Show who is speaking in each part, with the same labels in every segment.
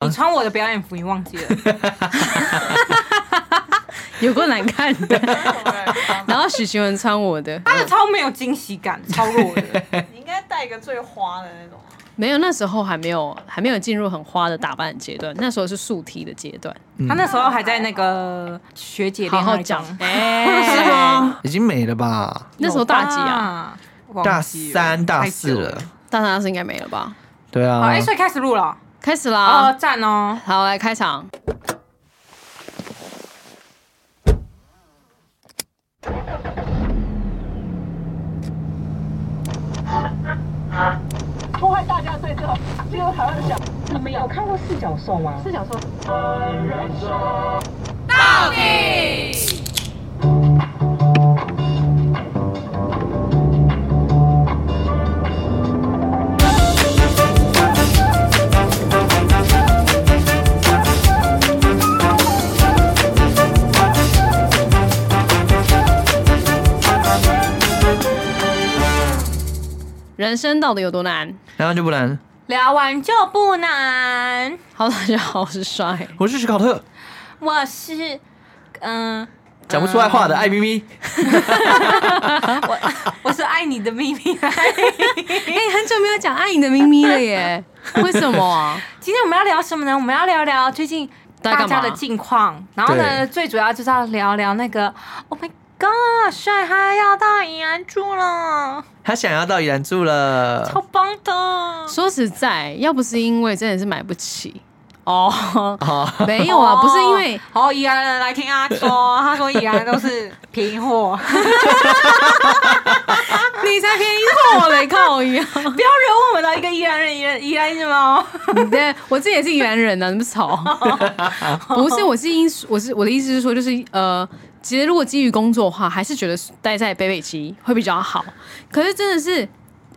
Speaker 1: 啊
Speaker 2: 穿我的表演服，你忘记了？
Speaker 3: 有够难看的。 然后许晴雯穿我的，
Speaker 2: 他的超没有惊喜感，超弱的。
Speaker 4: 你嗯应该带一个最花的那种。
Speaker 3: 没有，那时候还没有还没有进入很花的打扮阶段，那时候是素 T 的阶段。
Speaker 1: 嗯
Speaker 2: 他那时候还在那个学姐
Speaker 3: 好
Speaker 2: 恋
Speaker 3: 好
Speaker 2: 爱
Speaker 3: 讲
Speaker 2: 中，
Speaker 3: 哎，
Speaker 2: 是吗？
Speaker 1: 已经没了吧？
Speaker 3: 那时候大几啊？
Speaker 2: 忘记了？
Speaker 1: 大三、大四
Speaker 2: 太久
Speaker 1: 了。。
Speaker 3: 大三、大四应该没了吧？
Speaker 1: 对
Speaker 2: 好，
Speaker 1: 啊
Speaker 2: 哎，，所以开始录了
Speaker 3: 开始
Speaker 2: 哦，
Speaker 3: 啦！
Speaker 2: 赞哦。
Speaker 3: 好，来开场。
Speaker 5: 破坏大家对这个这个台湾的想。你们有看过四角兽吗？四角兽。
Speaker 3: 人生到底有多难？
Speaker 1: 然后就不然，
Speaker 2: 聊完就不难。
Speaker 3: 好，大家好，我是帅。
Speaker 1: 我是史考特，
Speaker 2: 我是，嗯、
Speaker 1: 讲不出来话的艾咪咪。
Speaker 2: 我 我是爱你的秘密。
Speaker 3: 哎、很久没有讲爱你的咪咪了耶， 为什么啊？
Speaker 2: 今天我们要聊什么呢？我们要聊聊最近
Speaker 3: 大家
Speaker 2: 大
Speaker 3: 干嘛
Speaker 2: 家的近况，然后呢，
Speaker 1: 对
Speaker 2: 最主要就是要聊聊那个，Oh my God，帅嗨要到宜安住了，
Speaker 1: 他想要到宜兰住
Speaker 2: 超
Speaker 1: 了，
Speaker 2: 棒的。
Speaker 3: 说实在，要不是因为真的是买不 起哦，
Speaker 1: 哦，
Speaker 3: 没有啊，不是因为
Speaker 2: 哦，好宜安人来听他说，他说宜安都是平 货，
Speaker 3: 你才便宜货嘞，靠一样。
Speaker 2: 不要惹我们的一个宜安人，宜安宜安什么？
Speaker 3: 对，我自己也是宜兰人呢、啊，你 们吵。不是，我是因我是我的意思是说，就是呃，其实如果基于工作的话，还是觉得待在北北基会比较好。可是真的是，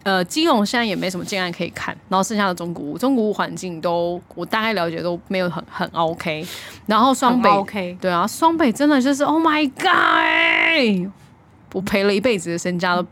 Speaker 3: 呃，基隆现在也没什么建案可以看，然后剩下的中古屋，中古屋环境都我大概了解都没有很很 OK。然后双北
Speaker 2: 很 OK
Speaker 3: 对啊，双北真的就是 Oh my God，哎我赔了一辈子的身家都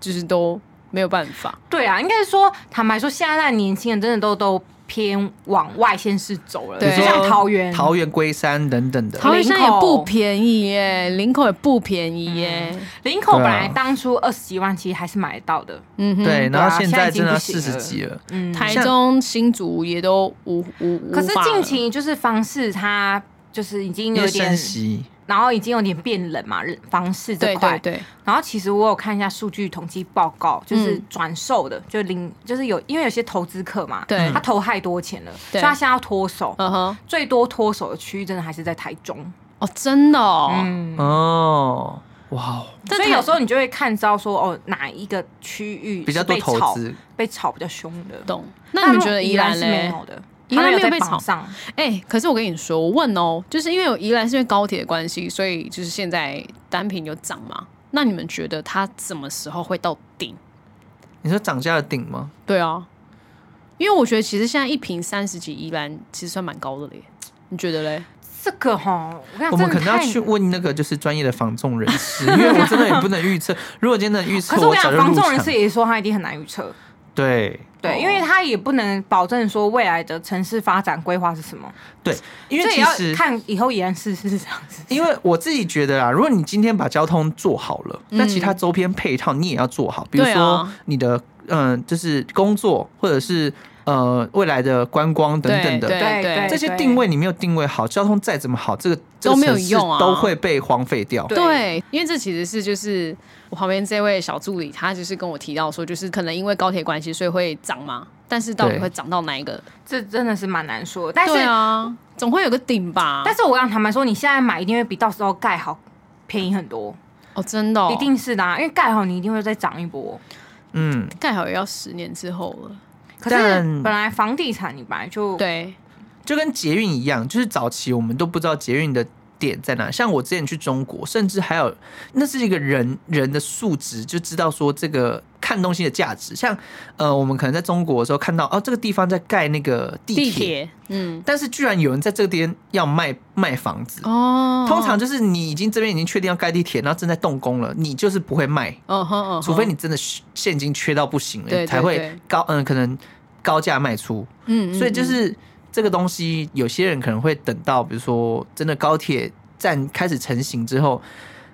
Speaker 3: 就是都没有办法。
Speaker 2: 对啊，应该说，坦白说，现在的年轻人真的都都偏往外县市走了，
Speaker 3: 对
Speaker 2: 就像桃园，
Speaker 1: 桃园、龟山等等的
Speaker 2: 桃，
Speaker 3: 桃园山也
Speaker 2: 林口
Speaker 3: 不便宜耶，林口也不便宜耶。
Speaker 2: 林口
Speaker 1: 对
Speaker 2: 本
Speaker 1: 啊
Speaker 2: 来当初二十几万，其实还是买得到的。
Speaker 3: 嗯哼，
Speaker 1: 对，然后
Speaker 2: 对啊
Speaker 1: 现
Speaker 2: 现在
Speaker 1: 在
Speaker 2: 已经
Speaker 1: 真的
Speaker 2: 不行
Speaker 1: 四十
Speaker 2: 了
Speaker 1: 几了，
Speaker 2: 嗯，
Speaker 3: 台中、新竹也都无无。
Speaker 2: 可是
Speaker 3: 无法
Speaker 2: 近期就是房市它就是已经
Speaker 1: 因
Speaker 2: 嗯有
Speaker 1: 为
Speaker 2: 点
Speaker 1: 升，息，
Speaker 2: 然后已经有点变冷嘛，人房市这
Speaker 3: 对
Speaker 2: 块。
Speaker 3: 对对，
Speaker 2: 然后其实我有看一下数据统计报告，就是
Speaker 3: 嗯
Speaker 2: 转售的，就零就是有因为有些投资客嘛，
Speaker 3: 对
Speaker 2: 他投太多钱了，所
Speaker 3: 对
Speaker 2: 以他现在要脱手。
Speaker 3: 嗯哼，
Speaker 2: 最多脱手的区域真的还是在台中。
Speaker 3: 哦，真的哦，
Speaker 2: 嗯，
Speaker 1: 哦，哇哦，
Speaker 3: 但
Speaker 2: 所以
Speaker 3: 台
Speaker 2: 有时候你就会看到说，哦，哪一个区域
Speaker 1: 比较
Speaker 2: 是
Speaker 1: 多
Speaker 2: 被
Speaker 1: 投
Speaker 2: 炒
Speaker 1: 资
Speaker 2: 被炒比较凶的。
Speaker 3: 懂。那你们觉得
Speaker 2: 宜
Speaker 3: 宜兰
Speaker 2: 是没
Speaker 3: 嘞？
Speaker 2: 有的，
Speaker 3: 宜兰
Speaker 2: 它
Speaker 3: 没有
Speaker 2: 有
Speaker 3: 被
Speaker 2: 榜
Speaker 3: 炒
Speaker 2: 上。
Speaker 3: 哎、可是我跟你说，我问哦，就是因为有宜兰是因为高铁的关系，所以就是现在单品有涨嘛。那你们觉得它什么时候会到顶？
Speaker 1: 你说涨价的顶吗？
Speaker 3: 对啊，因为我觉得其实现在一瓶三十几宜兰其实算蛮高的了耶，你觉得嘞？
Speaker 2: 这个哈，我跟你讲，
Speaker 1: 我们可
Speaker 2: 真的
Speaker 1: 能要
Speaker 2: 太
Speaker 1: 去。问那个就是专业的防重人士，因为我真的也不能预测。如果今天能预 测，
Speaker 2: 可是我跟你
Speaker 1: 早
Speaker 2: 讲，
Speaker 1: 就
Speaker 2: 防
Speaker 1: 入
Speaker 2: 重人
Speaker 1: 场
Speaker 2: 士。也说他一定很难预测，
Speaker 1: 对
Speaker 2: 对，因为他也不能保证说未来的城市发展规划是什么，
Speaker 1: 对，因为
Speaker 2: 这也
Speaker 1: 其
Speaker 2: 要
Speaker 1: 实
Speaker 2: 看以后宜兰市是不是这样子。
Speaker 1: 因为我自己觉得啊啦，如果你今天把交通做好了，那其他周边配套你也要做好，比
Speaker 3: 嗯
Speaker 1: 如
Speaker 3: 对
Speaker 1: 说
Speaker 3: 啊
Speaker 1: 你的嗯、就是工作或者是呃未来的观光等等的。
Speaker 3: 对对
Speaker 2: 对
Speaker 3: 对
Speaker 1: 这些定位你没有定位好，交通再怎么好，这个
Speaker 3: 都
Speaker 1: 这个
Speaker 3: 没有
Speaker 1: 城市
Speaker 3: 用啊
Speaker 1: 都会被荒废掉。
Speaker 2: 对
Speaker 3: 对，因为这其实是就是我旁边这位小助理，他就是跟我提到说，就是可能因为高铁关系，所以会涨嘛。但是到底
Speaker 1: 对
Speaker 3: 会涨到哪一个？
Speaker 2: 这真的是蛮难说，但是、
Speaker 3: 对啊，总会有个顶吧。
Speaker 2: 但是我跟坦白说，你现在买一定会比到时候盖好便宜很多，
Speaker 3: 哦，真的、哦，
Speaker 2: 一定是的、啊，因为盖好你一定会再涨一波。
Speaker 1: 嗯，
Speaker 3: 盖好也要十年之后了。
Speaker 2: 可是
Speaker 1: 但
Speaker 2: 本来房地产你本来就
Speaker 3: 对，
Speaker 1: 就跟捷运一样，就是早期我们都不知道捷运的点在哪。像我之前去中国，甚至还有那是一个人人的素质，就知道说这个看东西的价值。像呃，我们可能在中国的时候看到哦，这个地方在盖那个
Speaker 3: 地
Speaker 1: 地铁，
Speaker 3: 铁，嗯，
Speaker 1: 但是居然有人在这个边要卖卖房子。
Speaker 3: 哦，
Speaker 1: 通常，就是你已经这边已经确定要盖地铁，然后正在动工了，你就是不会卖，
Speaker 3: 嗯哼嗯哼，
Speaker 1: 除非你真的现金缺到不行了，
Speaker 3: 对对
Speaker 1: 才呃
Speaker 3: 对
Speaker 1: 会高嗯、可能高价卖出。
Speaker 3: 嗯，嗯，
Speaker 1: 所以就
Speaker 3: 嗯
Speaker 1: 是这个东西，有些人可能会等到，比如说真的高铁站开始成型之后，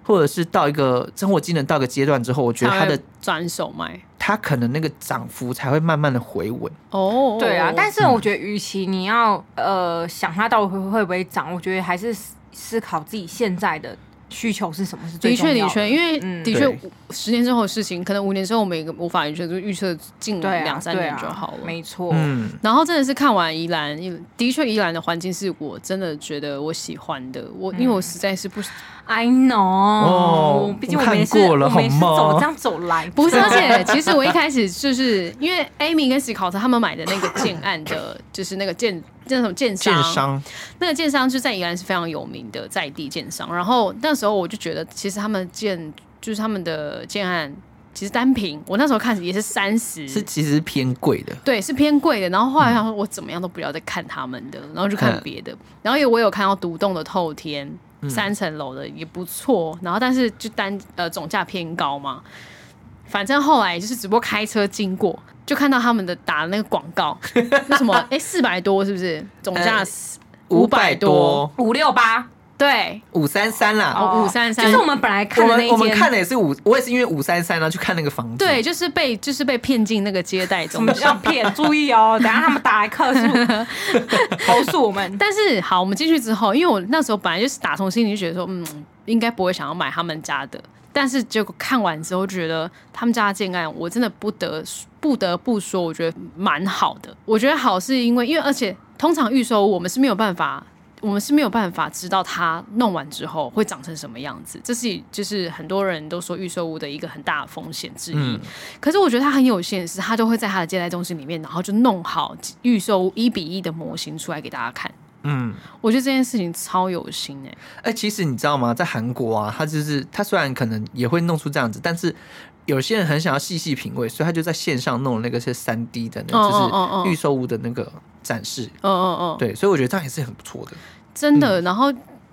Speaker 1: 或者是到一个生活技能到一个阶段之后，我觉得它的
Speaker 3: 转手卖
Speaker 1: 它可能那个涨幅才会慢慢的回稳。
Speaker 3: 哦，
Speaker 2: 对啊，但
Speaker 3: 是
Speaker 2: 是我觉得，与其你要呃想它到底会会不会涨，我觉得还是思思考自己现在的需求是什么是最
Speaker 3: 的
Speaker 2: 重
Speaker 3: 确
Speaker 2: 要
Speaker 3: 的确，因为
Speaker 2: 嗯
Speaker 3: 的确
Speaker 1: 对
Speaker 3: 十年之后的事情，可能五年之后我们也无法预测，就预测近
Speaker 2: 对啊
Speaker 3: 两三
Speaker 2: 对
Speaker 3: 年
Speaker 2: 啊
Speaker 3: 就好了。
Speaker 2: 没错，
Speaker 1: 嗯，
Speaker 3: 然后真的是看完宜兰，因为的确宜兰的环境是我真的觉得我喜欢的。我因为我实在是不
Speaker 2: I know，、
Speaker 1: 哦
Speaker 2: 毕竟
Speaker 1: 我
Speaker 2: 我们也是
Speaker 1: 看过了
Speaker 2: 我们也是
Speaker 1: 好吗
Speaker 2: 走这样走来，
Speaker 3: 不是，而且其实我一开始就是 因为 Amy 跟 s i c o 他们买的那个建案的，就是那个建那种建商，
Speaker 1: 建商
Speaker 3: 那个建商就在宜兰是非常有名的在地建商。然后那时候我就觉得，其实他们建就是他们的建案，其实单品我那时候看也是三十，
Speaker 1: 是其实偏贵的，
Speaker 3: 对，是偏贵的。然后后来想说，我怎么样都不要再看他们的，然后就看
Speaker 1: 嗯
Speaker 3: 别的。然后也我有看到独栋的透天，三层楼的也不错。然后但是就单呃总价偏高嘛。反正后来就是只不过开车经过，就看到他们的打那个广 告，那什么哎四百多是不是？总价
Speaker 1: 呃
Speaker 3: 是
Speaker 1: 500
Speaker 2: 五六八，
Speaker 3: 对
Speaker 1: 五三三啦。
Speaker 3: 哦
Speaker 2: 哦
Speaker 3: 五三
Speaker 2: 就
Speaker 3: 三
Speaker 2: 是我。们本来
Speaker 1: 我
Speaker 2: 看的那
Speaker 1: 们
Speaker 2: 一
Speaker 1: 我们看
Speaker 2: 间，
Speaker 1: 的也是五，我也是因为五三三啊然后去看那个房子。
Speaker 3: 对，，就是被就是被骗进那个接待
Speaker 2: 我
Speaker 3: 中
Speaker 2: 们
Speaker 3: 心。
Speaker 2: 要 骗，注意哦，等一下他们打来 客诉投诉我们，
Speaker 3: 但是好，我们进去之后，因为我那时候本来就是打从心里就觉得说，嗯，应该不会想要买他们家的。但是结果看完之后，觉得他们家的建案，我真的不得不得不说，我觉得蛮好的。我觉得好是因为，因为而且通常预售屋我们是没有办法，我们是没有办法知道它弄完之后会长成什么样子。这是就是很多人都说预售屋的一个很大的风险之一。
Speaker 1: 嗯
Speaker 3: 可是我觉得他很有限的是，他就会在他的接待中心里面，然后就弄好预售屋一比一的模型出来给大家看。
Speaker 1: 嗯，
Speaker 3: 我觉得这件事情超有心哎、
Speaker 1: 哎，其实你知道吗？在韩国啊，他就是他虽然可能也会弄出这样子，但是有些人很想要细细品味，所以他就在线上弄了那个是三 D 的那
Speaker 3: 哦哦哦
Speaker 1: 个，
Speaker 3: 哦
Speaker 1: 就是预售屋的那个展示。
Speaker 3: 嗯嗯嗯，
Speaker 1: 对，所以我觉得这样也是很不错的。
Speaker 3: 真的。
Speaker 1: 嗯
Speaker 3: 然后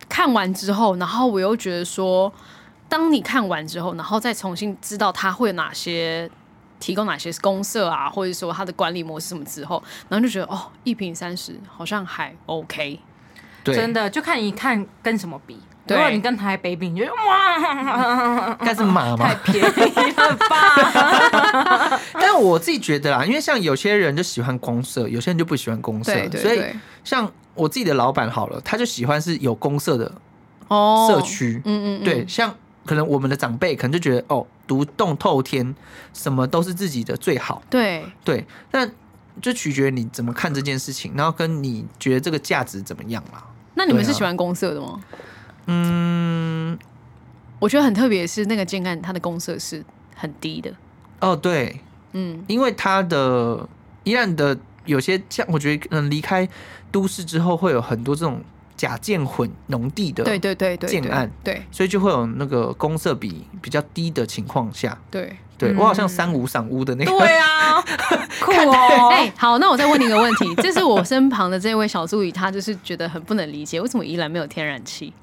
Speaker 3: 看完之后，然后我又觉得说，当你看完之后，然后再重新知道它会有哪些提供哪些公社啊，或者说它的管理模式什么之后，然后就觉得哦，一瓶三十好像还 OK。
Speaker 1: 对，
Speaker 2: 真的就看你看跟什么比。
Speaker 3: 对
Speaker 2: 如果你跟台北比，你就觉得哇，
Speaker 1: 但
Speaker 3: 嗯
Speaker 1: 是妈妈
Speaker 2: 太，便宜了 吧？
Speaker 1: 但我自己觉得啦，因为像有些人就喜欢公社，有些人就不喜欢公社
Speaker 3: 对，对
Speaker 1: 嗯所以
Speaker 3: 对，
Speaker 1: 像我自己的老板好了，他就喜欢是有公社的
Speaker 3: 哦，
Speaker 1: 社，区。
Speaker 3: 嗯嗯，嗯
Speaker 1: 对，，像可能我们的长辈可能就觉得哦，独栋透天，什么都是自己的最好。
Speaker 3: 对啊
Speaker 1: 对，那就取决于你怎么看这件事情，然后跟你觉得这个价值怎么样啦。
Speaker 3: 那你们
Speaker 1: 对啊
Speaker 3: 是喜欢公社的吗？
Speaker 1: 啊嗯，
Speaker 3: 我觉得很特别，是那个建案它的公社是很低的。
Speaker 1: 哦，对，
Speaker 3: 嗯，
Speaker 1: 因为它的依然的有些像我觉得，嗯，离开都市之后会有很多这种假建混农地的，
Speaker 3: 对对对对，
Speaker 1: 建
Speaker 3: 对
Speaker 1: 案，
Speaker 3: 对
Speaker 1: 所以就会有那个公社比比较低的情况下，
Speaker 3: 对。
Speaker 1: 对、
Speaker 2: 嗯
Speaker 1: 我好像三无赏屋的那个，
Speaker 2: 对啊，酷哦！
Speaker 3: 哎、好，那我再问你一个问题，这是我身旁的这位小助理，他就是觉得很不能理解，为什么宜兰没有天然气？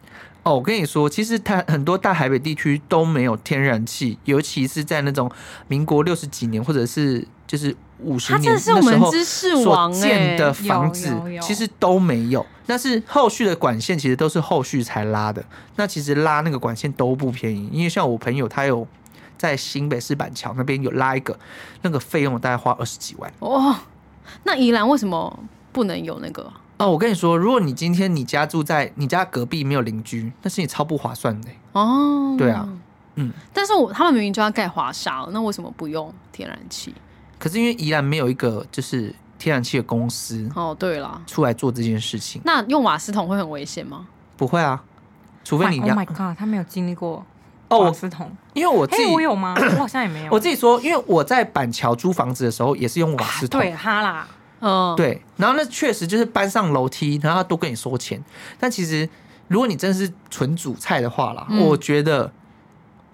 Speaker 1: 哦，我跟你说，其实它很多大台北地区都没有天然气，尤其是在那种民国六十几年或者是就是五十
Speaker 3: 他真的
Speaker 1: 年那
Speaker 3: 是
Speaker 1: 时
Speaker 3: 我们
Speaker 1: 候
Speaker 3: 知识
Speaker 1: 所
Speaker 3: 王哎、
Speaker 1: 建的房子
Speaker 2: 欸有有有
Speaker 1: 其实都没有，但是后续的管线其实都是后续才拉的。那其实拉那个管线都不便宜，因为像我朋友他有在新北市板桥那边有拉一个，那个费用大概花二十几万。
Speaker 3: 哦，那宜兰为什么不能有那个？
Speaker 1: 哦，我跟你说，如果你今天你家住在你家隔壁没有邻居，那是你超不划算的欸、
Speaker 3: 哦，
Speaker 1: 对啊，嗯，
Speaker 3: 但是我他们明明就要盖华沙了，那为什么不用天然气？
Speaker 1: 可是因为宜兰没有一个就是天然气的公司
Speaker 3: 哦，对啦，
Speaker 1: 出来做这件事情，
Speaker 3: 那用瓦斯桶会很危险吗？
Speaker 1: 不会啊，除非
Speaker 2: My-
Speaker 1: 你
Speaker 2: Oh
Speaker 1: 要
Speaker 2: my god，他没有经历过瓦
Speaker 1: 哦，我
Speaker 2: 斯桶。
Speaker 1: 因为我自
Speaker 2: 嘿，
Speaker 1: 己
Speaker 2: 我有吗？ 我好像也没有。
Speaker 1: 我自己说，因为我在板桥租房子的时候也是用瓦斯
Speaker 3: 啊
Speaker 1: 桶，
Speaker 2: 对哈啦，
Speaker 3: 嗯，，
Speaker 1: 对然后那确实就是搬上楼梯，然后他都跟你收钱，但其实如果你真是纯煮菜的话啦，
Speaker 3: 嗯
Speaker 1: 我觉得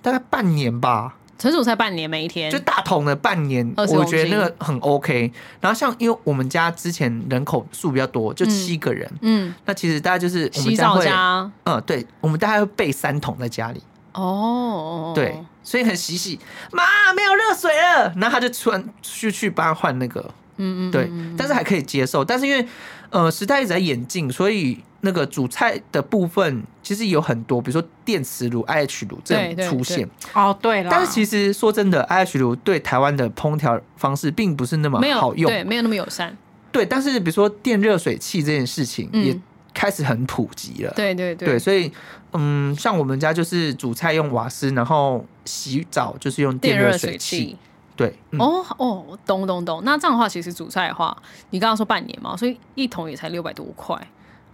Speaker 1: 大概半年吧，
Speaker 3: 陈主才半年每一天
Speaker 1: 就，大桶的半年，
Speaker 3: 20公斤
Speaker 1: 我觉得那个很 OK。然后像因为我们家之前人口数比较多，就七个人，
Speaker 3: 嗯，
Speaker 1: 那其实大家就是我们
Speaker 3: 洗
Speaker 1: 家
Speaker 3: 澡
Speaker 1: 会，
Speaker 3: 加
Speaker 1: 嗯，对，我们大概会备三桶在家里。
Speaker 3: 哦，
Speaker 1: 对，所以很洗洗，妈没有热水了，然后他就突然去去帮他换那个
Speaker 3: 嗯嗯，
Speaker 1: 对
Speaker 3: 嗯，
Speaker 1: 但是还可以接受。但是因为呃时代一直在演进，所以那个主菜的部分其实有很多，比如说电磁炉、IH 炉这
Speaker 3: 对对
Speaker 1: 种出现。
Speaker 2: 哦，对了，
Speaker 1: 但是其实说真的，IH 炉对台湾的烹调方式并不是那么
Speaker 3: 没有
Speaker 1: 好用。
Speaker 3: 对，没有那么友善。
Speaker 1: 对但是比如说电热水器这件事情
Speaker 3: 嗯
Speaker 1: 也开始很普及了。
Speaker 3: 对对
Speaker 1: 呃对，所以嗯，像我们家就是煮菜用瓦斯，然后洗澡就是用
Speaker 3: 电
Speaker 1: 电
Speaker 3: 热
Speaker 1: 热
Speaker 3: 水
Speaker 1: 器
Speaker 3: 器。。
Speaker 1: 对，嗯、
Speaker 3: 哦哦，懂懂懂。那这样的话，其实煮菜的话，你刚刚说半年嘛，所以一桶也才六百多块，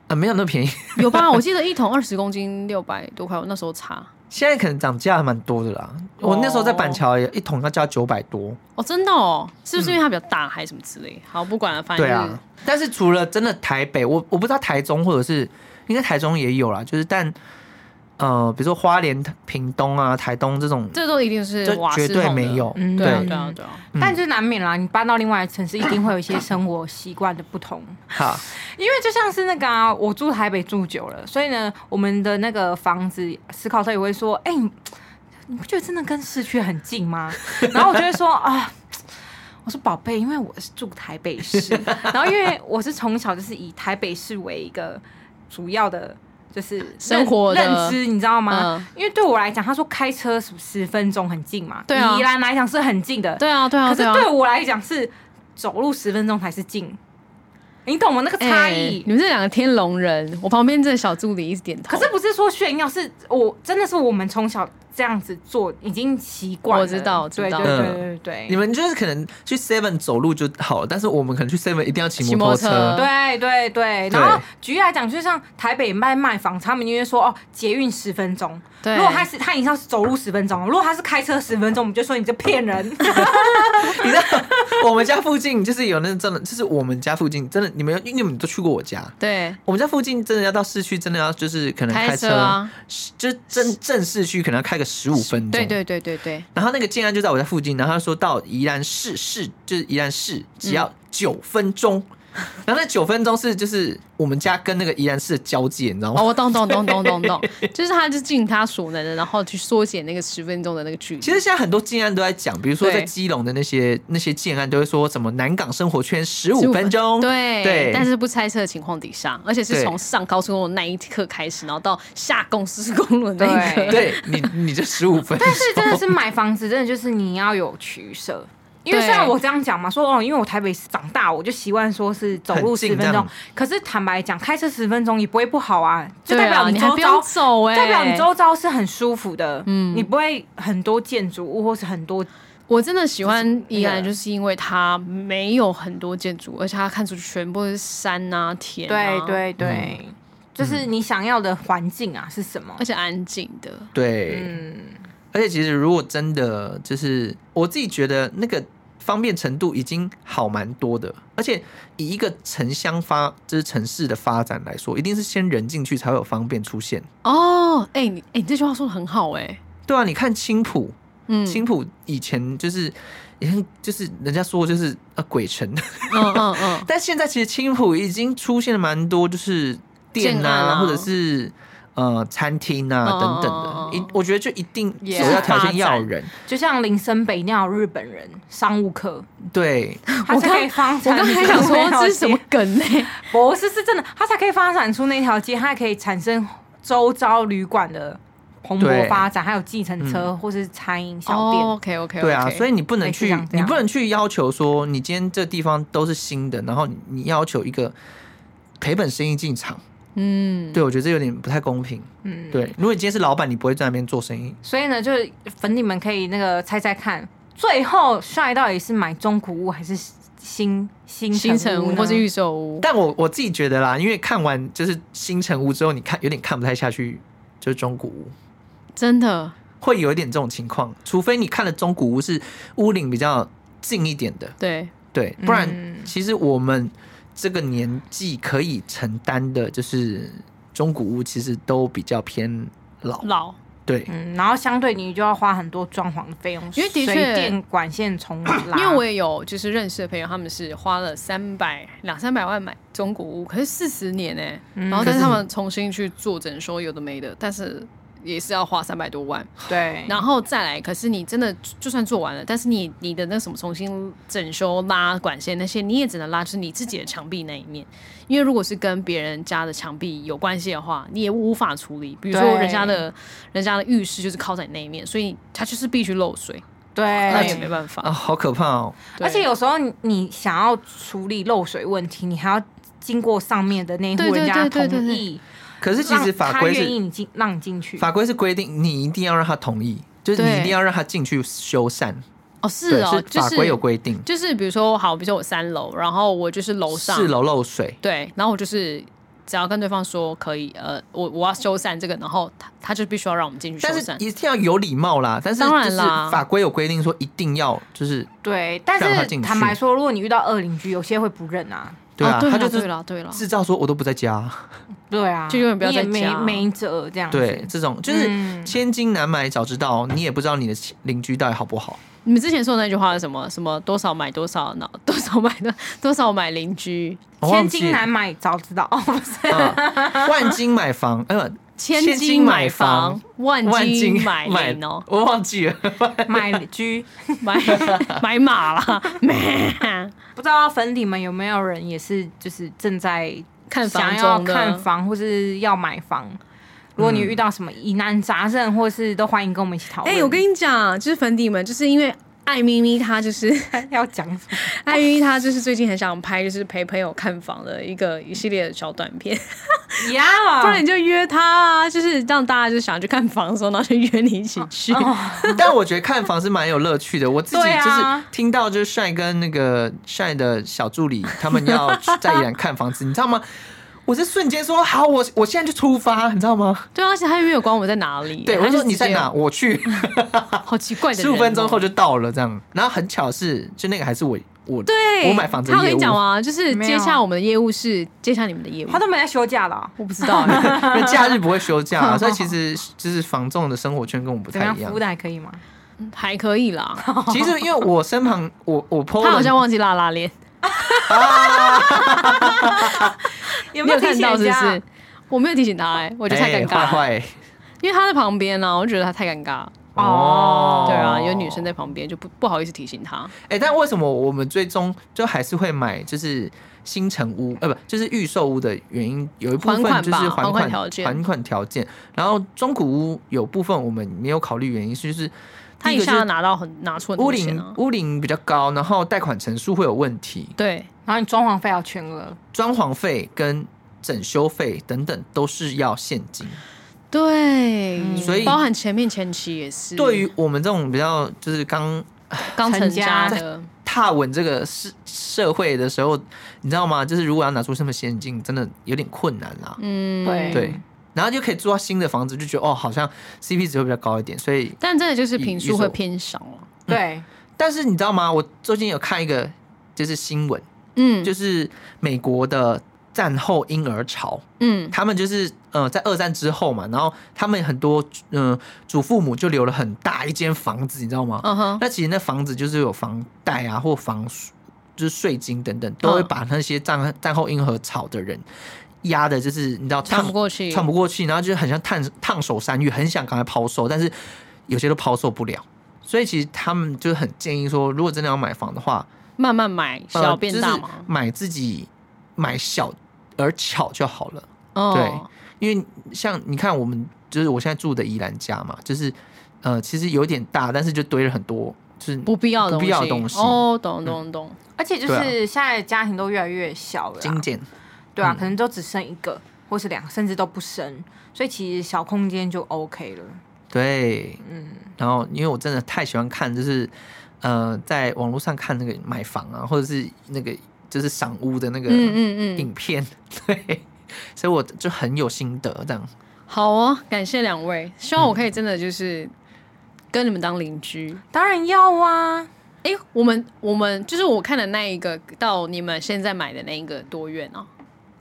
Speaker 1: 啊，没有那么便宜，
Speaker 3: 有吧？ 我记得一桶二十公斤六百多块，我那时候查。
Speaker 1: 现在可能涨价蛮多的啦。我那时候在板桥也一桶要加九百多，
Speaker 3: 哦，真的哦，是不是因为它比较大还是什么之类？好，不管了，哦反正
Speaker 1: 对
Speaker 3: 就是、
Speaker 1: 啊。但是除了真的台北，我我不知道台中或者是应该台中也有啦，就是但呃，比如说花莲、屏东啊、台东这种，
Speaker 3: 这都一定是
Speaker 1: 就
Speaker 3: 瓦斯
Speaker 1: 绝对
Speaker 3: 桶的
Speaker 1: 没有。
Speaker 2: 嗯
Speaker 3: 对啊，
Speaker 1: 对，
Speaker 3: 对啊，对啊。
Speaker 2: 但就是难免啦，你搬到另外一个城市，一定会有一些生活习惯的不同。
Speaker 1: 好，
Speaker 2: 因为就像是那个啊，我住台北住久了，所以呢，我们的那个房子，思考特也会说，哎、你你不觉得真的跟市区很近 吗？然后我就会说啊。我说宝贝，因为我是住台北 市，然后因为我是从小就是以台北市为一个主要的，就是认
Speaker 3: 生活的
Speaker 2: 认知，你知道吗？
Speaker 3: 嗯
Speaker 2: 因为对我来讲，他说开车是十分钟很近嘛，
Speaker 3: 对啊
Speaker 2: 宜兰来讲是很近的，
Speaker 3: 对啊，对啊，
Speaker 2: 可是
Speaker 3: 啊
Speaker 2: 对我来讲是走路十分钟才是近，你懂吗？那个差
Speaker 3: 哎
Speaker 2: 异。
Speaker 3: 你们这两个天龙人，我旁边这小助理一直点头。
Speaker 2: 可是不是说炫耀，是我真的是我们从小这样子做已经习惯了。
Speaker 3: 我知道我知
Speaker 2: 对
Speaker 3: 道
Speaker 2: 对对
Speaker 1: 嗯
Speaker 2: 对对
Speaker 1: 你们就是可能去 Seven 走路就好了，但是我们可能去 Seven 一定要骑
Speaker 3: 骑
Speaker 1: 摩托
Speaker 3: 摩托车
Speaker 2: 对对对。然后举例来讲，就像台北卖卖房，他们因为说哦，捷运十分钟。
Speaker 3: 对
Speaker 2: 如果他是他已经是走路十分钟，如果他是开车十分钟，我们就说你这骗人。
Speaker 1: 你知道 我们家附近就是有那真的，就是我们家附近真的，你们因为你们都去过我家，
Speaker 3: 对
Speaker 1: 我们家附近真的要到市区，真的要就是可能
Speaker 3: 开
Speaker 1: 开
Speaker 3: 车啊，
Speaker 1: 是就是正正市区可能要开个十五分钟。
Speaker 3: 对。对对对对，
Speaker 1: 然后那个建安就在我家附近，然后他说到宜兰市市就是宜兰市只
Speaker 3: 嗯
Speaker 1: 要九分钟， 然后那九分钟是就是我们家跟那个宜兰市的交界，你知道吗？
Speaker 3: 哦，我懂懂懂懂懂懂，就是他就是尽他所能的，然后去缩减那个十分钟的那个距离。
Speaker 1: 其实现在很多建案都在讲，比如说在
Speaker 3: 对
Speaker 1: 基隆的那些那些建案都会说什么南港生活圈十
Speaker 3: 15
Speaker 1: 五分钟，
Speaker 3: 对
Speaker 1: 对，
Speaker 3: 但是不猜测的情况底下，而且是
Speaker 1: 对
Speaker 3: 从上高速公路那一刻开始，然后到下公司公路的那一 刻，啊
Speaker 1: 对你你这十五分钟，
Speaker 2: 但是真的是买房子，真的就是你要有取舍。因为
Speaker 3: 对
Speaker 2: 虽然我这样讲嘛，说哦，因为我台北长大，我就习惯说是走路
Speaker 1: 很
Speaker 2: 十
Speaker 1: 近
Speaker 2: 分
Speaker 1: 这
Speaker 2: 钟
Speaker 1: 样。
Speaker 2: 可是坦白讲，开车十分钟也不会不好啊，就代
Speaker 3: 对啊
Speaker 2: 表
Speaker 3: 你还
Speaker 2: 周
Speaker 3: 不用
Speaker 2: 遭，
Speaker 3: 走哎，
Speaker 2: 代表你周遭是很舒服的。嗯，你不会很多建筑物或是很多
Speaker 3: 我真的喜欢宜兰，
Speaker 2: 那个
Speaker 3: 就是因为它没有很多建筑，而且它看出去全部都是山啊、田
Speaker 2: 对
Speaker 3: 啊，，
Speaker 2: 对对，嗯就是你想要的环境啊是什么
Speaker 3: 而？且安静的。
Speaker 1: 对，
Speaker 2: 嗯，
Speaker 1: 而且其实如果真的就是我自己觉得那个方便程度已经好蛮多的，而且以一个城乡发就是城市的发展来说，一定是先人进去才会有方便出现。
Speaker 3: 哦，哎、你哎、你这句话说的很好哎、
Speaker 1: 对啊，你看青浦，
Speaker 3: 嗯
Speaker 1: 青浦以前就是。以前就是人家说就是呃鬼城，
Speaker 3: 嗯嗯嗯，
Speaker 1: 但现在其实青浦已经出现了蛮多就是店
Speaker 3: 建案
Speaker 1: 啊，
Speaker 3: 啊
Speaker 1: 或者是呃餐厅啊
Speaker 3: 嗯
Speaker 1: 等等
Speaker 3: 嗯嗯
Speaker 1: 的，
Speaker 3: 嗯
Speaker 1: 一我觉得就一定首
Speaker 2: Yeah
Speaker 1: 要条件要有
Speaker 3: 发展
Speaker 1: 人，
Speaker 2: 就像林森北那种日本人商务客，
Speaker 1: 对，
Speaker 2: 他才可以发
Speaker 3: 我
Speaker 2: 展
Speaker 3: 刚才
Speaker 2: 出
Speaker 3: 想
Speaker 2: 那
Speaker 3: 说
Speaker 2: 条
Speaker 3: 这是什
Speaker 2: 街
Speaker 3: 么梗欸呢、
Speaker 2: 不是，是真的，它才可以发展出那条街，它还可以产生周遭旅馆的蓬勃
Speaker 1: 对
Speaker 2: 发展，还有计程车或是餐饮小店。
Speaker 3: 哦，OK OK，, o k
Speaker 1: 对啊，所
Speaker 3: 以
Speaker 1: 以你不能
Speaker 2: 类似
Speaker 1: 去
Speaker 2: 像，这
Speaker 1: 你
Speaker 2: 样
Speaker 1: 不能去要求说你今天这地方都是新的，然后你你要求一个赔本生意进场，
Speaker 3: 嗯，
Speaker 1: 对我觉得这有点不太公平。
Speaker 2: 嗯，
Speaker 1: 对，如果你今天是老板，你不会在那边做生意。
Speaker 2: 所以呢，就是粉底们可以那个猜猜看，最后帅到底是买中古屋还是新新
Speaker 3: 新
Speaker 2: 城
Speaker 3: 城
Speaker 2: 屋
Speaker 3: 屋
Speaker 2: 呢
Speaker 3: 或是预售屋，
Speaker 1: 但我我自己觉得啦，因为看完就是新城屋之后，你看有点看不太下去，就是中古屋
Speaker 3: 真的
Speaker 1: 会有一点这种情况，除非你看的中古屋是屋龄比较近一点的，
Speaker 3: 对，
Speaker 1: 对，不然
Speaker 2: 嗯
Speaker 1: 其实我们这个年纪可以承担的，就是中古屋其实都比较偏老，
Speaker 3: 老
Speaker 1: 对，
Speaker 2: 嗯，然后相对你就要花很多装潢的费用，
Speaker 3: 因为的确
Speaker 2: 水电管线重拉，
Speaker 3: 因为我也有就是认识的朋友，他们是花了三百两三百万买欸
Speaker 2: 嗯
Speaker 3: 中古屋，可是四十年呢、然后但是他们重新去做整修，有的没的，但是也是要花三百多万，
Speaker 2: 对，
Speaker 3: 然后再来，可是你真的就算做完了，但是你你的那什么重新整修、拉管线那些，你也只能拉就是你自己的墙壁那一面，因为如果是跟别人家的墙壁有关系的话，你也无法处理。比如说
Speaker 2: 对
Speaker 3: 人家的人家的浴室就是靠在你那一面，所以它就是必须漏水，
Speaker 2: 对，
Speaker 3: 那也没办法。
Speaker 1: 啊，好可怕哦！
Speaker 3: 对
Speaker 2: 而且有时候你你想要处理漏水问题，你还要经过上面的那户
Speaker 3: 对对
Speaker 2: 人家
Speaker 3: 对对
Speaker 2: 同
Speaker 3: 对
Speaker 2: 意，
Speaker 1: 可是其实
Speaker 2: 让
Speaker 1: 法
Speaker 2: 他
Speaker 1: 规
Speaker 2: 愿意
Speaker 1: 是
Speaker 2: 你进让你进去，
Speaker 1: 法规是规定，你一定要让他同意，就是你
Speaker 3: 对
Speaker 1: 一定要让他进去修缮，
Speaker 3: 哦，是
Speaker 1: 对，
Speaker 3: 哦，
Speaker 1: 是
Speaker 3: 就
Speaker 1: 法规有
Speaker 3: 是
Speaker 1: 规定，
Speaker 3: 就是比如说好，比如说我三楼，然后我就是楼上
Speaker 1: 四楼漏水，
Speaker 3: 对，然后我就是只要跟对方说可以，呃，我我要修缮这个，然后他他就必须要让我们进去修
Speaker 1: 但是
Speaker 3: 缮。
Speaker 1: 一定要有礼貌啦。但是
Speaker 3: 当然
Speaker 1: 就是
Speaker 3: 啦
Speaker 1: 法规有规定说一定要就是
Speaker 2: 对。但
Speaker 1: 让他
Speaker 2: 是
Speaker 1: 进去
Speaker 2: 坦白说，如果你遇到恶邻居，有些会不认啊，
Speaker 1: 对啊，
Speaker 3: 哦对
Speaker 1: 他
Speaker 3: 了，
Speaker 1: 就
Speaker 3: 对
Speaker 1: 是
Speaker 3: 了，对了，
Speaker 1: 制造说我都不在家，
Speaker 2: 对啊，
Speaker 3: 就永远不要
Speaker 2: 你也
Speaker 3: 在家
Speaker 2: 没没辙这样子，
Speaker 1: 对，这种就是
Speaker 2: 嗯
Speaker 1: 千金难买早知道，你也不知道你的邻居到底好不好。
Speaker 3: 你们之前说的那句话是什么？什么多少买多少，然后 多少买的多少买邻居，
Speaker 1: 我忘
Speaker 2: 千
Speaker 1: 记
Speaker 2: 金难买早知道， 哦，不是，
Speaker 1: 啊，万金买房，呃，
Speaker 3: 千
Speaker 1: 千金
Speaker 3: 金
Speaker 1: 买
Speaker 3: 买房，万
Speaker 1: 万金
Speaker 3: 金买
Speaker 1: 买
Speaker 3: 邻哦，
Speaker 1: 我忘记了。
Speaker 2: 买居。
Speaker 3: 买买 马啦，买
Speaker 2: 不知道粉底们有没有人也是就是正在
Speaker 3: 看
Speaker 2: 想
Speaker 3: 房
Speaker 2: 要
Speaker 3: 中的
Speaker 2: 看房或是要买房？如果你遇到什么疑难杂症，或是都欢迎跟我们一起讨论。
Speaker 3: 哎、我跟你讲，就是粉底们，就是因为爱咪咪，她就是
Speaker 2: 要讲什么？
Speaker 3: 艾云她就是最近很想拍，就是陪朋友看房的一个一系列的小短片，
Speaker 2: 呀，
Speaker 3: 不然你就约她啊，就是让大家就想去看房的时候，然后就约你一起去。
Speaker 1: 但我觉得看房是蛮有乐趣的。我 自己
Speaker 2: 对
Speaker 1: 就
Speaker 2: 啊
Speaker 1: 是听到就是帅跟那个帅的小助理他们要去在宜兰看房子，你知道吗？我是瞬间说好，我我现在就出发，你知道吗？
Speaker 3: 对，啊而且她又没有管我在哪里，
Speaker 1: 对，
Speaker 3: 她
Speaker 1: 我
Speaker 3: 就
Speaker 1: 说你
Speaker 3: 直接哦
Speaker 1: 在哪，？我去。
Speaker 3: 好奇怪的人
Speaker 1: 十
Speaker 3: 哦，
Speaker 1: 五分钟后就到了，这样。然后很巧是，就那个还是我我
Speaker 3: 对，
Speaker 1: 我买房子
Speaker 3: 她
Speaker 1: 的
Speaker 3: 有跟
Speaker 1: 业务
Speaker 3: 你，讲吗？就是
Speaker 2: 没有
Speaker 3: 接下我们的业务是接下你们的业务
Speaker 2: 他，都没在休假了哦、
Speaker 3: 我不知道欸
Speaker 1: 因为假日不会休假啊，所以其实就是房仲的生活圈跟我们不
Speaker 2: 怎么
Speaker 1: 太
Speaker 2: 样？
Speaker 1: 一
Speaker 2: 服
Speaker 1: 样
Speaker 2: 务。的还可以吗？
Speaker 3: 还可以 啦。
Speaker 1: 其实因为我身旁我我 PO
Speaker 3: 她好像
Speaker 1: 了
Speaker 3: 忘记拉拉链，
Speaker 2: 有没
Speaker 3: 你有
Speaker 2: 有提
Speaker 3: 看
Speaker 2: 醒
Speaker 3: 到是
Speaker 2: 人
Speaker 3: 不
Speaker 2: 家
Speaker 3: 是？我没有提醒她，哎，我觉得太
Speaker 1: 哎
Speaker 3: 尴尬
Speaker 1: 坏
Speaker 3: 了，
Speaker 1: 坏
Speaker 3: 因为她在旁边啊呢，我就觉得她太尴尬了。
Speaker 2: 哦
Speaker 3: 对啊，有女生在旁边就不不好意思提醒她。
Speaker 1: 哎、但为什么我们最终就还是会买就是新城屋，呃，不，就是预售屋的原因，有一部分
Speaker 3: 还款吧
Speaker 1: 就是还
Speaker 3: 还
Speaker 1: 款
Speaker 3: 款条件
Speaker 1: 还款条件。然后中古屋有部分我们没有考虑原因，就是
Speaker 3: 他
Speaker 1: 第
Speaker 3: 一
Speaker 1: 个就
Speaker 3: 下
Speaker 1: 是
Speaker 3: 子拿到很拿出很
Speaker 1: 屋
Speaker 3: 多钱
Speaker 1: 龄
Speaker 3: 啊。
Speaker 1: 屋龄比较高，然后贷款成数会有问题，
Speaker 3: 对，
Speaker 2: 然后你装潢费要全额，
Speaker 1: 装潢费跟整修费等等都是要现金。
Speaker 3: 对，
Speaker 1: 嗯所以
Speaker 3: 包含前面前期也是，
Speaker 1: 对于我们这种比较就是刚
Speaker 3: 刚成
Speaker 2: 成家
Speaker 3: 家的，
Speaker 1: 踏稳这个社社会的时候，你知道吗？就是如果要拿出什么现金，真的有点困难啦。
Speaker 3: 嗯，
Speaker 2: 对
Speaker 1: 对，然后就可以住到新的房子，就觉得哦，好像 CP 值会比较高一点。所以，
Speaker 3: 但真的就是平数会偏少啊了。
Speaker 1: 嗯
Speaker 2: 对，
Speaker 1: 但是你知道吗？我最近有看一个就是新闻，
Speaker 3: 嗯，
Speaker 1: 就是美国的战后婴儿潮，
Speaker 3: 嗯，
Speaker 1: 他们就是呃在二战之后嘛，然后他们很多嗯、呃祖父母就留了很大一间房子，你知道吗？
Speaker 3: 嗯哼，
Speaker 1: 那其实那房子就是有房贷啊，或房税就是税金等等，都会
Speaker 3: 嗯
Speaker 1: 把那些战战后婴儿潮的人压的，就是你知道
Speaker 3: 喘
Speaker 1: 唱
Speaker 3: 不过去
Speaker 1: 喘不过气，然后就很像烫烫手山芋，很想赶快抛售，但是有些都抛售不了。所以其实他们就是很建议说，如果真的要买房的话，
Speaker 3: 慢慢买，
Speaker 1: 呃
Speaker 3: 小变大
Speaker 1: 就
Speaker 3: 嘛
Speaker 1: 是。买自己买小而巧就好了。
Speaker 3: 哦，
Speaker 1: 对因为像你看，我们就是我现在住的宜兰家嘛，就是呃，其实有点大，但是就堆了很多，就是
Speaker 3: 不必要的
Speaker 1: 不必要的东西
Speaker 3: 哦，懂懂懂。
Speaker 2: 而且就
Speaker 1: 对啊
Speaker 2: 是现在的家庭都越来越小了啊，
Speaker 1: 精简。
Speaker 2: 对啊
Speaker 1: 嗯，
Speaker 2: 可能都只生一个或是两个，甚至都不生，所以其实小空间就 OK 了。
Speaker 1: 对，嗯，然后因为我真的太喜欢看，就是呃，在网络上看那个买房啊，或者是那个就是赏屋的那个
Speaker 3: 嗯嗯嗯，
Speaker 1: 影片， 对，所以我就很有心得这样。
Speaker 3: 好哦，感谢两位，希望我可以真的就是跟你们当邻居。
Speaker 2: 当然要啊，
Speaker 1: 嗯
Speaker 3: 哎，我们我们就是我看的那一个到你们现在买的那一个多远啊？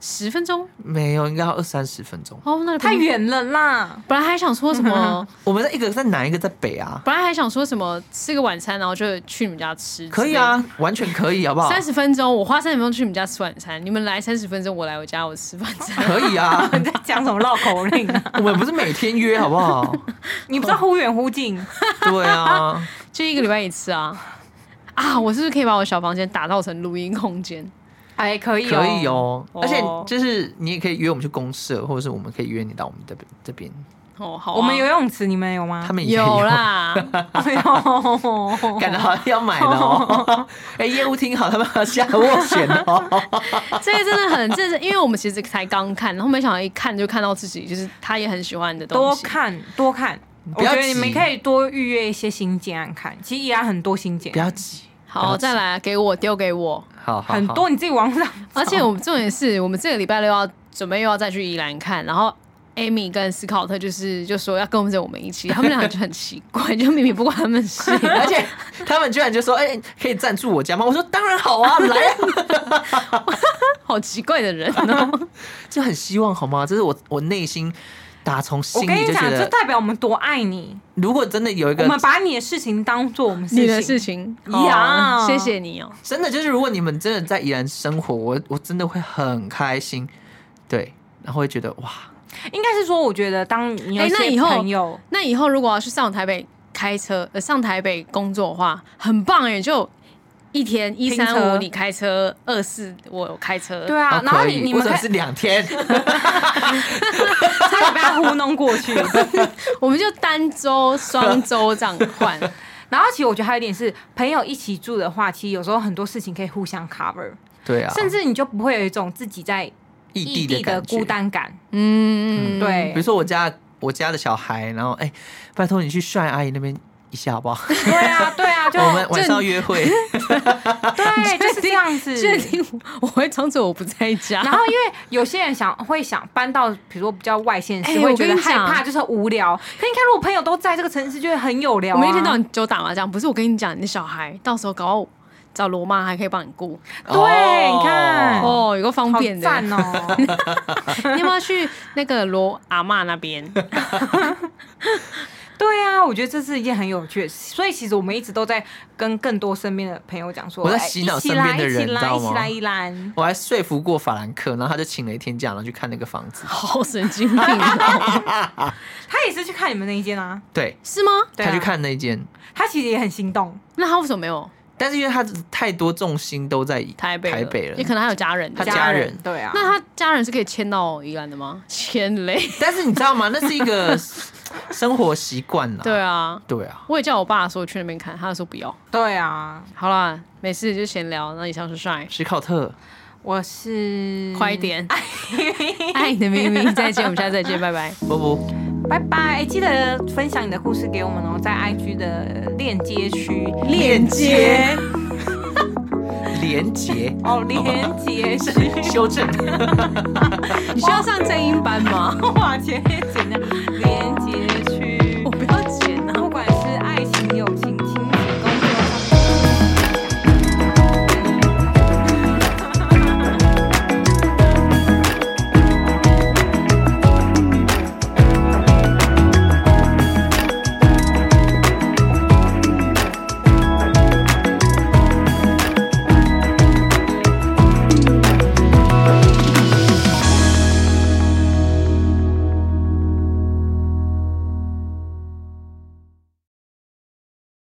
Speaker 3: 十分钟
Speaker 1: 没有，应该要二三十分钟。
Speaker 3: 哦，那
Speaker 2: 太
Speaker 3: 太远。
Speaker 2: 远了 啦。
Speaker 3: 本来还想说什 么，
Speaker 1: 我们在一个在南，一个在北啊，
Speaker 3: 本来还想说什么吃个晚餐，然后就去你们家吃。
Speaker 1: 可以啊，，完全可以，好不好？
Speaker 3: 三十分钟，我花三十分钟去你们家吃晚餐，你们来三十分钟，我来我家我吃晚餐。
Speaker 1: 可以 啊，
Speaker 2: 你在讲什么绕口令啊？
Speaker 1: 我们不是每天约，好不好？
Speaker 2: 你不知道忽远忽 近，
Speaker 1: 对啊，
Speaker 3: 就一个礼拜一次啊。啊，我是不是可以把我小房间打造成录音空间？
Speaker 2: 哎，可以、
Speaker 1: 可以。哦。
Speaker 2: 哦
Speaker 1: 而且就是你也可以约我们去公社，或者是我们可以约你到我们这边这边。
Speaker 3: 哦，好啊、
Speaker 2: 我们游泳池你们啊有吗
Speaker 1: 他？们也
Speaker 3: 有，啦，
Speaker 2: 哎呦，
Speaker 1: 感觉好像要买的 哦。哎，业务挺好，他们要下斡旋哦。
Speaker 3: 这个真的很，这是因为我们其实才刚看，然后没想到一看就看到自己，就是他也很喜欢的东
Speaker 2: 多
Speaker 3: 西。
Speaker 2: 看多看。
Speaker 1: 不
Speaker 2: 我
Speaker 1: 要
Speaker 2: 觉
Speaker 1: 急
Speaker 2: 得你们可以多预约一些新建案看，其实也很多新建
Speaker 1: 不，要急，
Speaker 3: 好，再来给我丢给我。
Speaker 1: 好，好好
Speaker 2: 很多你自己网上
Speaker 3: 而且我们重点是我们这个礼拜六要准备又要再去宜兰看，然后 Amy 跟斯考特就是就说要跟着我们一 起，他们俩就很奇怪，就明明不关他们事，
Speaker 1: 而且他们居然就说：“哎、可以赞助我家吗？”我说：“当然 好啊，来啊！”
Speaker 3: 好奇怪的 人哦。
Speaker 1: 就很希望好吗？这是我我内心打从
Speaker 2: 我
Speaker 1: 心
Speaker 2: 跟
Speaker 1: 里
Speaker 2: 你
Speaker 1: 就觉
Speaker 2: 讲，这
Speaker 1: 得，
Speaker 2: 代表我们多爱你。
Speaker 1: 如果真的有一
Speaker 2: 我
Speaker 1: 个
Speaker 2: 们把你的事情当做我们
Speaker 3: 啊你的事情
Speaker 2: 呀
Speaker 3: 哦谢谢你哦。
Speaker 1: 真的就是，如果你们真的在宜兰生活，我我真的会很开心，对，然后会觉得哇，
Speaker 2: 应该是说，我觉得当你有
Speaker 3: 哎
Speaker 2: 一
Speaker 3: 那
Speaker 2: 些
Speaker 3: 以后
Speaker 2: 朋友，
Speaker 3: 那以后如果要去上台北开车，呃，上台北工作的话，很棒哎，就一天一
Speaker 2: 拼
Speaker 3: 三
Speaker 2: 车
Speaker 3: 五你开车，二四我开车，
Speaker 2: 对啊，然后
Speaker 1: 哦可
Speaker 2: 你
Speaker 1: 以，
Speaker 2: 你
Speaker 1: 我
Speaker 2: 们
Speaker 1: 只
Speaker 2: 可以
Speaker 1: 是两 天，
Speaker 2: 差点被他糊弄过去。
Speaker 3: 我们就单周、双周这样换。
Speaker 2: 然后其实我觉得还有一点是，朋友一起住的话，其实有时候很多事情可以互相 cover，
Speaker 1: 对啊，
Speaker 2: 甚至你就不会有一种自己在异
Speaker 1: 异
Speaker 2: 地的
Speaker 1: 感觉
Speaker 2: 孤。单感。
Speaker 3: 嗯，
Speaker 1: 比
Speaker 2: 对
Speaker 1: 如说我家我家的小孩，然后哎、拜托你去帅阿姨那边一下好不好？
Speaker 2: 对啊， 对 啊，就
Speaker 1: 我们晚上要 约会，
Speaker 2: 对，就是这样子。
Speaker 3: 确定我会装作我不在家。
Speaker 2: 然后，因为有些人想会想搬到，比如说比较外县市，
Speaker 3: 哎
Speaker 2: 会
Speaker 3: 我
Speaker 2: 觉
Speaker 3: 跟
Speaker 2: 得
Speaker 3: 你
Speaker 2: 害
Speaker 3: 讲
Speaker 2: 怕，就是无聊。可你看，如果朋友都在这个城市，就会很有聊、啊。
Speaker 3: 我们一天到晚就打麻将，不是我跟你讲，你小孩到时候搞不好找罗妈还可以帮你顾
Speaker 2: 对你看
Speaker 1: 哦
Speaker 3: 哦，有个方
Speaker 2: 好
Speaker 3: 便的。
Speaker 2: 赞哦！
Speaker 3: 你要不要去那个罗阿嬷那 边？
Speaker 2: 对啊，我觉得这是一件很有趣的事，所以其实我们一直都在跟更多身边的朋友讲说，
Speaker 1: 我在
Speaker 2: 哎
Speaker 1: 洗脑身边的人
Speaker 2: 一起
Speaker 1: 你知
Speaker 2: 来，
Speaker 1: 道
Speaker 2: 一起
Speaker 1: 吗
Speaker 2: 来，一起来，一起来
Speaker 1: 我还说服过法兰克，然后他就请了一天假，然后去看那个房子。
Speaker 3: 好神 经病哦，
Speaker 2: 他也是去看你们那一间啊，
Speaker 1: 对，
Speaker 3: 是吗？
Speaker 2: 对啊
Speaker 1: 他去看那间，
Speaker 2: 他其实也很心动，
Speaker 3: 那他为什么没有
Speaker 1: 但是因为他太多重心都在
Speaker 3: 台北了？
Speaker 1: 台北了
Speaker 3: 也，可能他有家人。
Speaker 1: 他
Speaker 2: 家
Speaker 1: 家人
Speaker 2: 对啊，
Speaker 3: 那他家人是可以迁到宜兰的吗？ 迁嘞？
Speaker 1: 但是你知 道吗？那是一个生活习惯啦。
Speaker 3: 对啊，
Speaker 1: 对啊，
Speaker 3: 我也叫我爸说去那边看，他说不要。
Speaker 2: 对啊，
Speaker 3: 好啦，没事就闲聊。那以上是帅，
Speaker 1: 史考特，
Speaker 2: 我是
Speaker 3: 快一，点，爱你的秘密，再见，我们下次再见，拜拜。
Speaker 1: 波波，
Speaker 2: 拜拜，记得分享你的故事给我们哦，在 IG 的链接区
Speaker 3: 链接
Speaker 1: 连杰，
Speaker 2: 哦，链接区，
Speaker 1: 修正。
Speaker 3: 你需要上正音班吗？
Speaker 2: 哇，前面剪掉。